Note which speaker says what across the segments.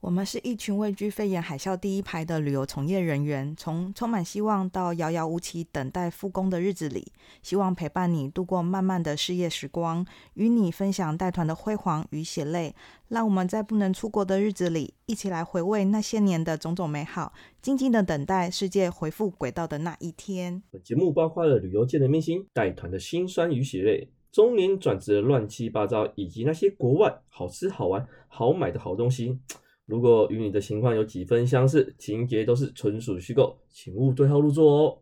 Speaker 1: 我们是一群位居肺炎海啸第一排的旅游从业人员，从充满希望到遥遥无期等待复工的日子里，希望陪伴你度过漫漫的事业时光，与你分享带团的辉煌与血泪。让我们在不能出国的日子里，一起来回味那些年的种种美好，静静的等待世界回复轨道的那一天。
Speaker 2: 本节目包括了旅游界的明星、带团的辛酸与血泪、中年转职的乱七八糟，以及那些国外好吃好玩好买的好东西。如果与你的情况有几分相似，情节都是纯属虚构，请勿对号入座哦。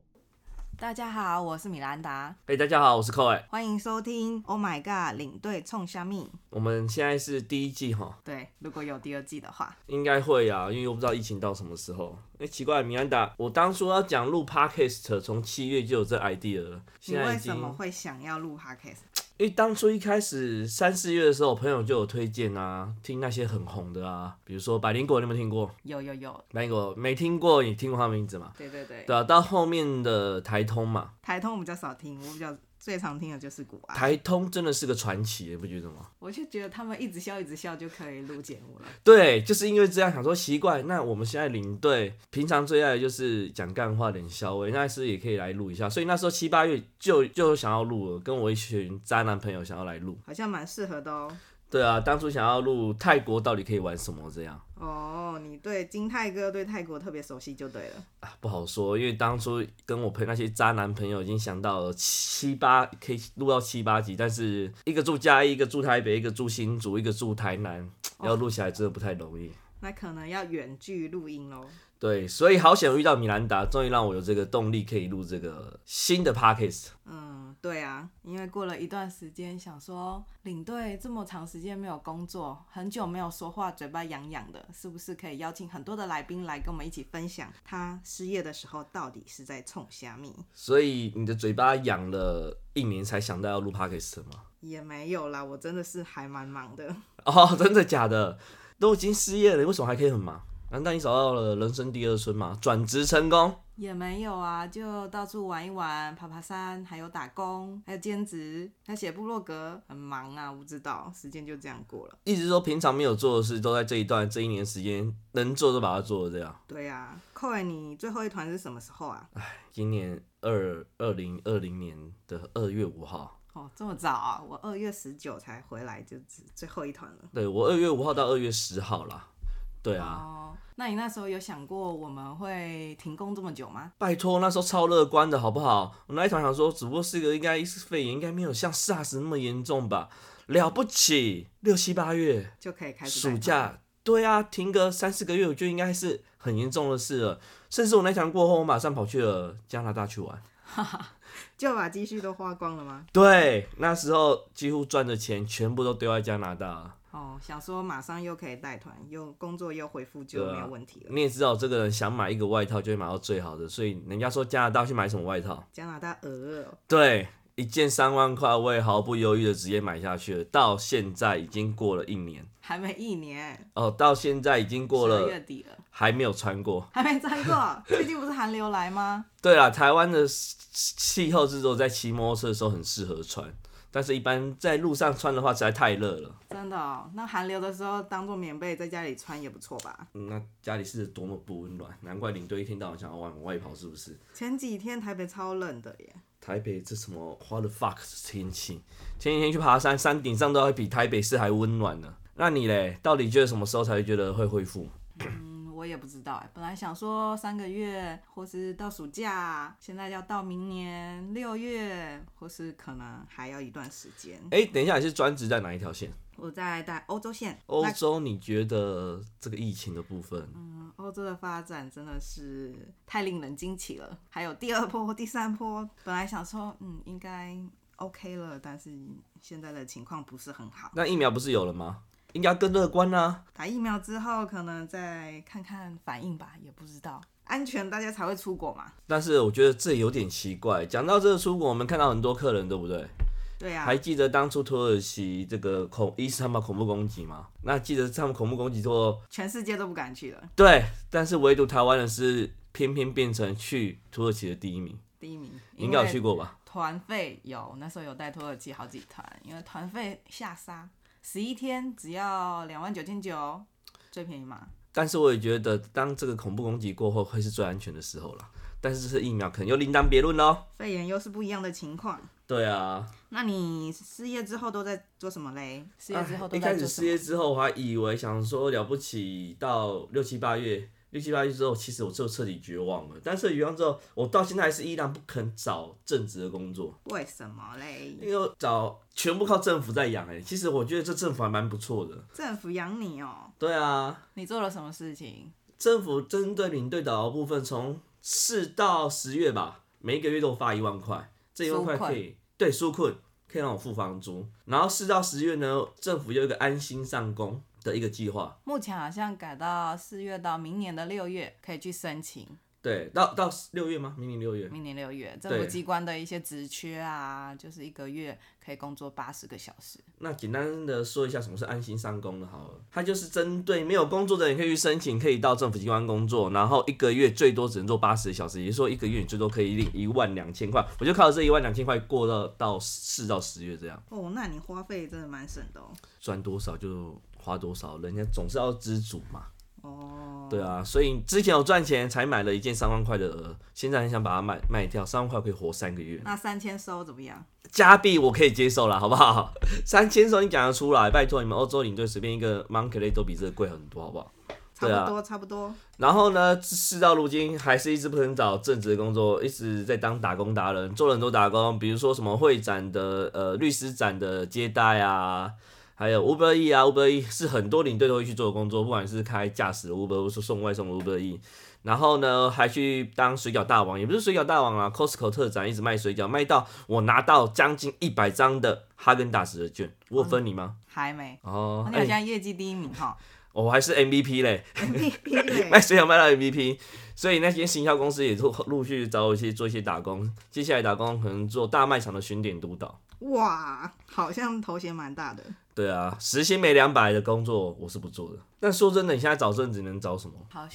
Speaker 1: 大家好，我是米兰达，
Speaker 2: 嘿、哎大家好，我是 Coy，
Speaker 1: 欢迎收听。Oh my god，领队冲虾米。
Speaker 2: 我们现在是第一季哈，
Speaker 1: 对，如果有第二季的话，
Speaker 2: 应该会啊，因为我不知道疫情到什么时候。哎、奇怪，米安达，我当初要讲录 Podcast，从七月就有这 idea 了，
Speaker 1: 你
Speaker 2: 现在
Speaker 1: 为
Speaker 2: 已经
Speaker 1: 什么会想要录 podcast？
Speaker 2: 因为当初一开始三四月的时候，我朋友就有推荐啊，听那些很红的啊，比如说百灵果，你有没有听过？
Speaker 1: 有有有，
Speaker 2: 百灵果没听过，你听过他名字吗？
Speaker 1: 对对对，
Speaker 2: 对啊，到后面的台通嘛，
Speaker 1: 台通我比较少听，我比较最常听的就是古啊，
Speaker 2: 台通真的是个传奇，你不觉得吗？
Speaker 1: 我就觉得他们一直笑一直笑就可以录节目了。
Speaker 2: 对，就是因为这样想说奇怪，那我们现在领队平常最爱的就是讲干话、冷笑话，那是也可以来录一下。所以那时候七八月就就想要录了，跟我一群渣男朋友想要来录。
Speaker 1: 好像蛮适合的哦。
Speaker 2: 对啊，当初想要录泰国到底可以玩什么这样
Speaker 1: 哦，你对金泰哥对泰国特别熟悉就对了。
Speaker 2: 啊，不好说，因为当初跟我朋那些渣男朋友已经想到了七八可以录到七八集，但是一个住嘉义，一个住台北，一个住新竹，一个住台南，要录起来真的不太容易。
Speaker 1: 那可能要远距录音喽。
Speaker 2: 对，所以好想遇到米兰达，终于让我有这个动力可以录这个新的 podcast。
Speaker 1: 嗯，对啊，因为过了一段时间，想说领队这么长时间没有工作，很久没有说话，嘴巴痒痒的，是不是可以邀请很多的来宾来跟我们一起分享他失业的时候到底是在冲虾米？
Speaker 2: 所以你的嘴巴痒了一年才想到要录 podcast 吗？
Speaker 1: 也没有啦，我真的是还蛮忙的。
Speaker 2: 哦，真的假的？都已经失业了，为什么还可以很忙？难道你找到了人生第二春吗？转职成功？
Speaker 1: 也没有啊，就到处玩一玩，爬爬山，还有打工，还有兼职，还有写部落格，很忙啊，我不知道，时间就这样过了。
Speaker 2: 一直说平常没有做的事，都在这一段这一年时间能做就把它做了，这样。
Speaker 1: 对啊，寇伟，你最后一团是什么时候啊？
Speaker 2: 今年二二零二零年的二月五号，
Speaker 1: 哦，这么早啊！我二月十九才回来，就只最后一团了。
Speaker 2: 对我二月五号到二月十号啦。对啊，
Speaker 1: 哦，那你那时候有想过我们会停工这么久吗？
Speaker 2: 拜托，那时候超乐观的好不好？我那一团想说，只不过是一个应该是肺炎，应该没有像 SARS 那么严重吧？了不起，六七八月
Speaker 1: 就可以开始带
Speaker 2: 暑
Speaker 1: 团
Speaker 2: 假，对啊，停个三四个月，我就应该是很严重的事了。甚至我那一团过后，我马上跑去了加拿大去玩。
Speaker 1: 就把积蓄都花光了吗？
Speaker 2: 对，那时候几乎赚的钱全部都丢在加拿大了。
Speaker 1: 哦，想说马上又可以带团，又工作又恢复就
Speaker 2: 对啊
Speaker 1: 没有问题了。
Speaker 2: 你也知道，这个人想买一个外套就会买到最好的，所以人家说加拿大去买什么外套，
Speaker 1: 加拿大鹅哦，
Speaker 2: 对，一件三万块，我也毫不犹豫的直接买下去了。到现在已经过了一年
Speaker 1: 还没一年，
Speaker 2: 哦，到现在已经过
Speaker 1: 12
Speaker 2: 了，
Speaker 1: 月底了，
Speaker 2: 还没有穿过。
Speaker 1: 还没穿 过。最近不是寒流来吗？
Speaker 2: 对啦，台湾的气候是只有在骑摩托车的时候很适合穿，但是一般在路上穿的话实在太热了。
Speaker 1: 真的哦，那寒流的时候当做棉被在家里穿也不错吧？
Speaker 2: 嗯那家里是多么不温暖，难怪领队一天到晚想要往外跑，是不是？
Speaker 1: 前几天台北超冷的耶，
Speaker 2: 台北这什么花的 fuck 天气，前几天去爬山，山顶上都要比台北市还温暖呢。那你嘞，到底觉得什么时候才会觉得会恢复？
Speaker 1: 嗯，我也不知道哎、本来想说三个月，或是到暑假，现在要到明年六月，或是可能还要一段时间。
Speaker 2: 哎、等一下，你是专职在哪一条线？
Speaker 1: 我在带欧洲线，
Speaker 2: 欧
Speaker 1: 那
Speaker 2: 洲，你觉得这个疫情的部分，
Speaker 1: 嗯欧洲的发展真的是太令人惊奇了。还有第二波、第三波，本来想说嗯应该 OK 了，但是现在的情况不是很好。
Speaker 2: 那疫苗不是有了吗？应该更乐观啊啦、
Speaker 1: 打疫苗之后，可能再看看反应吧，也不知道。安全大家才会出国嘛。
Speaker 2: 但是我觉得这有点奇怪。讲到这个出国，我们看到很多客人，对不对？
Speaker 1: 对啊，
Speaker 2: 还记得当初土耳其这个恐伊斯坦堡恐怖攻击吗？那记得他们恐怖攻击之后，
Speaker 1: 全世界都不敢去了，
Speaker 2: 对，但是唯独台湾人是偏偏变成去土耳其的第一名。
Speaker 1: 第一名。
Speaker 2: 你应该有
Speaker 1: 因为
Speaker 2: 去过吧？
Speaker 1: 团费有，那时候有带土耳其好几团，因为团费下杀，十一天只要两万九千九，最便宜嘛。
Speaker 2: 但是我也觉得，当这个恐怖攻击过后，会是最安全的时候了。但是这次疫苗可能又另当别论喽。
Speaker 1: 肺炎又是不一样的情况。
Speaker 2: 对啊，
Speaker 1: 那你失业之后都在做什么嘞？
Speaker 3: 失业之后
Speaker 2: 哎
Speaker 3: 都
Speaker 2: 一
Speaker 3: 在
Speaker 2: 开
Speaker 3: 做
Speaker 2: 始
Speaker 3: 什
Speaker 2: 失
Speaker 3: 么？
Speaker 2: 业之后，我还以为想说了不起，到六七八月，六七八月之后，其实我就彻底绝望了。但是绝望之后，我到现在还是依然不肯找正职的工作，
Speaker 1: 为什么嘞？
Speaker 2: 因为找全部靠政府在养。哎，其实我觉得这政府还蛮不错的。
Speaker 1: 政府养你哦、
Speaker 2: 对啊，
Speaker 3: 你做了什么事情？
Speaker 2: 政府针对领队导游部分，从四到十月吧，每一个月都发一万块，这一万块
Speaker 3: 纾困
Speaker 2: 可以对纾困，可以让我付房租。然后四到十月呢，政府有一个安心上工的一个计划，
Speaker 3: 目前好像改到四月到明年的六月可以去申请，
Speaker 2: 对，到到六月吗？明年六月。
Speaker 3: 明年六月政府机关的一些职缺啊，就是一个月可以工作八十个小时。
Speaker 2: 那简单的说一下什么是安心上工的好了，它就是针对没有工作的人可以去申请，可以到政府机关工作，然后一个月最多只能做八十小时，也就是说一个月你最多可以领一万两千块。我就靠这一万两千块过到到四到十月这样。
Speaker 1: 哦，那你花费真的蛮省的哦、
Speaker 2: 赚多少就花多少，人家总是要知足嘛。
Speaker 1: 哦，
Speaker 2: 对啊，所以之前有赚钱才买了一件三万块的鹅，现在很想把它卖卖掉，三万块可以活三个月。
Speaker 1: 那三千收怎么样？
Speaker 2: 加币我可以接受啦，好不好？ 三千手你讲得出来，拜托你们欧洲领队随便一个 monkey 类都比这个贵很多，好不好？
Speaker 1: 差
Speaker 2: 对啊
Speaker 1: 不多，差不多。
Speaker 2: 然后呢，事到如今还是一直不肯找正职的工作，一直在当打工达人，做了很多打工，比如说什么会展的、呃律师展的接待啊，还有 Uber E 啊，Uber E 是很多领队都会去做的工作，不管是开驾驶的 Uber 或是送外送的 Uber E。然后呢，还去当水饺大王，也不是水饺大王啊，Costco 特展一直卖水饺，卖到我拿到将近一百张的哈根达斯的券，我有分你吗？
Speaker 1: 还没，
Speaker 2: 哦，
Speaker 3: 那你
Speaker 2: 哎哦
Speaker 3: 好像业绩第一名 哈，
Speaker 2: 我还是 MVP 嘞。
Speaker 1: MVP
Speaker 2: 卖
Speaker 1: 嘞，
Speaker 2: 水有卖到 MVP，所以那些行销公司也陆陆续找我一些做一些打工，接下来打工可能做大卖场的巡点督导。
Speaker 1: 哇，好像头衔蛮大的。
Speaker 2: 对啊，时薪没两百的工作我是不做的。但说真的，你现在找正职能找什么？
Speaker 3: 好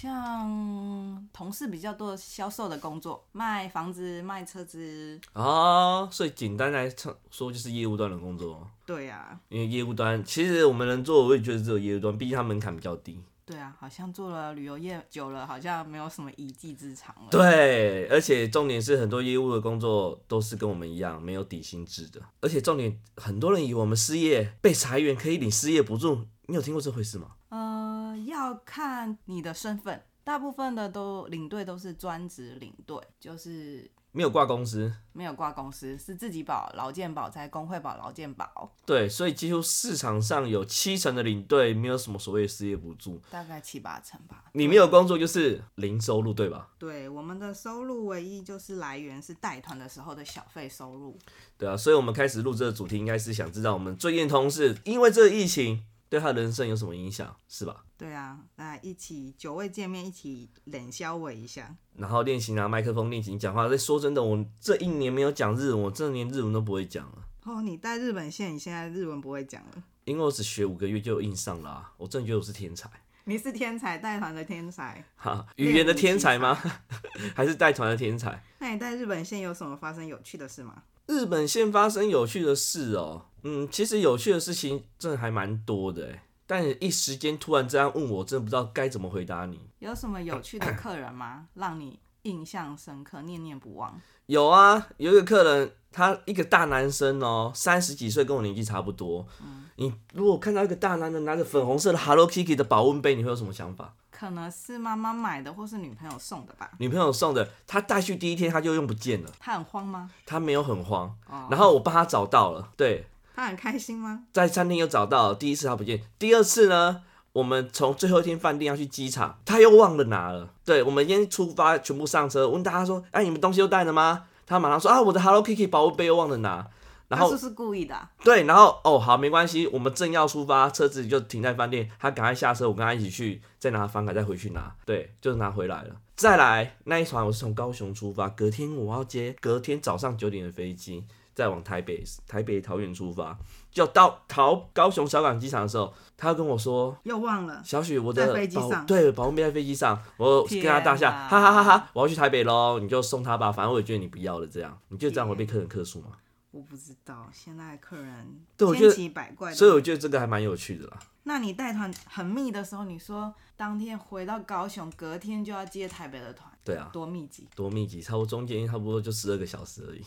Speaker 3: 像同事比较多销售的工作，卖房子、卖车子，
Speaker 2: 啊、所以简单来唱说就是业务端的工作，
Speaker 1: 对啊，
Speaker 2: 因为业务端其实我们能做，我也觉得只有业务端，毕竟它门槛比较低。
Speaker 3: 对啊，好像做了旅游业久了，好像没有什么一技之长了。，
Speaker 2: 对，而且重点是很多业务的工作都是跟我们一样没有底薪制的，而且重点很多人以为我们失业被裁员可以领失业补助，你有听过这回事吗？
Speaker 3: 呃，要看你的身份，大部分的都领队都是专职领队，就是
Speaker 2: 没有挂公司，
Speaker 3: 没有挂公司，是自己保、劳健保、在工会保、劳健保，
Speaker 2: 对，所以几乎市场上有七成的领队没有什么所谓的失业补助，
Speaker 3: 大概七八成吧。
Speaker 2: 你没有工作就是零收入，对吧？
Speaker 1: 对，我们的收入唯一就是来源是带团的时候的小费收入。
Speaker 2: 对啊，所以我们开始录这个主题，应该是想知道我们最近同事因为这个疫情对他人生有什么影响，是吧？
Speaker 1: 对啊，那一起久未见面，一起冷消我一下。
Speaker 2: 然后练习拿麦克风练习讲话。再说真的，我这一年没有讲日文，我真的连日文都不会讲了，
Speaker 1: 哦，你带日本线，你现在日文不会讲了。
Speaker 2: 因为我只学五个月就硬上了啊、我真的觉得我是天才，
Speaker 1: 你是天才，带团的天才。
Speaker 2: 哈哈，语言的天才吗？ 还是带团的天才？
Speaker 1: 那你带日本线有什么发生有趣的事吗？
Speaker 2: 日本现发生有趣的事哦，嗯，其实有趣的事情真的还蛮多的哎，但一时间突然这样问我，真的不知道该怎么回答你。
Speaker 3: 有什么有趣的客人吗？让你印象深刻、念念不忘？
Speaker 2: 有啊，有一个客人，他一个大男生哦，三十几岁，跟我年纪差不多。你如果看到一个大男人拿着粉红色的 Hello Kitty 的保温杯，你会有什么想法？
Speaker 3: 可能是妈妈买的，或是女朋友送的吧？
Speaker 2: 女朋友送的，他带去第一天他就用不见了，
Speaker 3: 他很慌吗？
Speaker 2: 他没有很慌，
Speaker 3: 哦
Speaker 2: 然后我帮他找到了，对，
Speaker 1: 他很开心吗？
Speaker 2: 在餐厅又找到，第一次他不见，第二次呢，我们从最后一天饭店要去机场，他又忘了拿了。对，我们今天出发，全部上车，问大家说，哎，你们东西都带了吗？他马上说啊，我的 Hello Kitty 保温杯又忘了拿。然
Speaker 3: 他
Speaker 2: 后
Speaker 3: 是不是故意的啊、
Speaker 2: 对，然后哦好，没关系，我们正要出发，车子就停在饭店，他赶快下车，我跟他一起去，再拿房卡再回去拿，对，就拿回来了。再来那一团我是从高雄出发，隔天我要接隔天早上九点的飞机，再往台北台北桃园出发，就到桃高雄小港机场的时候，他跟我说。
Speaker 1: 又忘了。
Speaker 2: 小许，我的
Speaker 1: 在飞机
Speaker 2: 保
Speaker 1: 上
Speaker 2: 对保温杯在飞机上，我跟他大笑，
Speaker 3: 天哪
Speaker 2: 哈哈哈哈！我要去台北喽，你就送他吧，反正我也觉得你不要了，这样你觉得这样会被客人客诉吗？
Speaker 1: 我不知道，现在客人
Speaker 2: 对我觉得
Speaker 1: 千奇百怪的，
Speaker 2: 所以我觉得这个还蛮有趣的啦。
Speaker 1: 那你带团很密的时候，你说当天回到高雄，隔天就要接台北的团，
Speaker 2: 对啊，
Speaker 1: 多密集？
Speaker 2: 多密集，差不多中间差不多就十二个小时而已，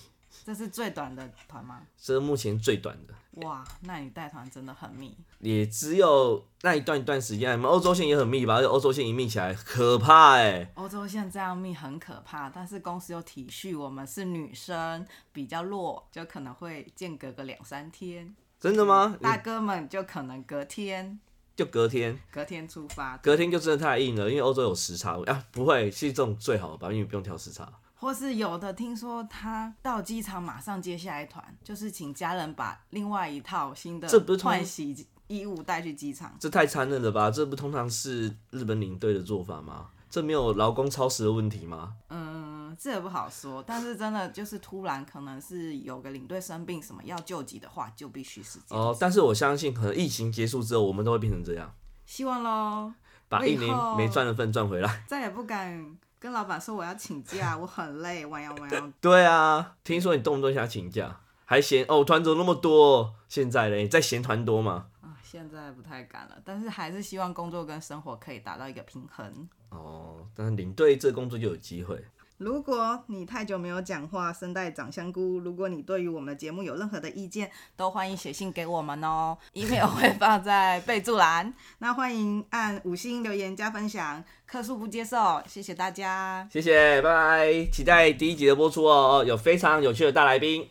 Speaker 1: 这是最短的团吗？
Speaker 2: 这是目前最短的，
Speaker 1: 哇，那你带团真的很密，
Speaker 2: 也只有那一段一段时间啊。你们欧洲线也很密吧？而且欧洲线一密起来可怕哎、
Speaker 1: 欧洲线这样密很可怕，但是公司又体恤我们是女生，比较弱，就可能会间隔个两三天。
Speaker 2: 真的吗？
Speaker 1: 大
Speaker 2: 你
Speaker 1: 哥们就可能隔天
Speaker 2: 就隔天，
Speaker 1: 隔天出发，
Speaker 2: 隔天就真的太硬了，因为欧洲有时差啊。不会，其实这种最好的吧，因为你不用调时差。
Speaker 1: 或是有的听说他到机场马上接下一团，就是请家人把另外一套新的
Speaker 2: 这不是通
Speaker 1: 换洗衣物带去机场。
Speaker 2: 这太残忍了吧？这不通常是日本领队的做法吗？这没有劳工超时的问题吗？
Speaker 1: 嗯，这也不好说，但是真的就是突然可能是有个领队生病什么要救急的话，就必须是这样。
Speaker 2: 哦，但是我相信，可能疫情结束之后，我们都会变成这样，
Speaker 1: 希望喽，
Speaker 2: 把
Speaker 1: 我以
Speaker 2: 一年
Speaker 1: 后
Speaker 2: 没赚的份赚回来。
Speaker 1: 再也不敢跟老板说我要请假，我很累，弯腰弯腰。
Speaker 2: 对啊，听说你动不动想请假，还嫌哦团怎么那么多？现在嘞，你在嫌团多吗？
Speaker 1: 啊，现在不太敢了，但是还是希望工作跟生活可以达到一个平衡。
Speaker 2: 哦，但是领队这工作就有机会。
Speaker 1: 如果你太久没有讲话，声带长香菇。如果你对于我们的节目有任何的意见，都欢迎写信给我们哦。email 会放在备注栏。那欢迎按五星留言加分享，客诉不接受。谢谢大家。
Speaker 2: 哦谢谢，拜拜，期待第一集的播出哦，有非常有趣的大来宾。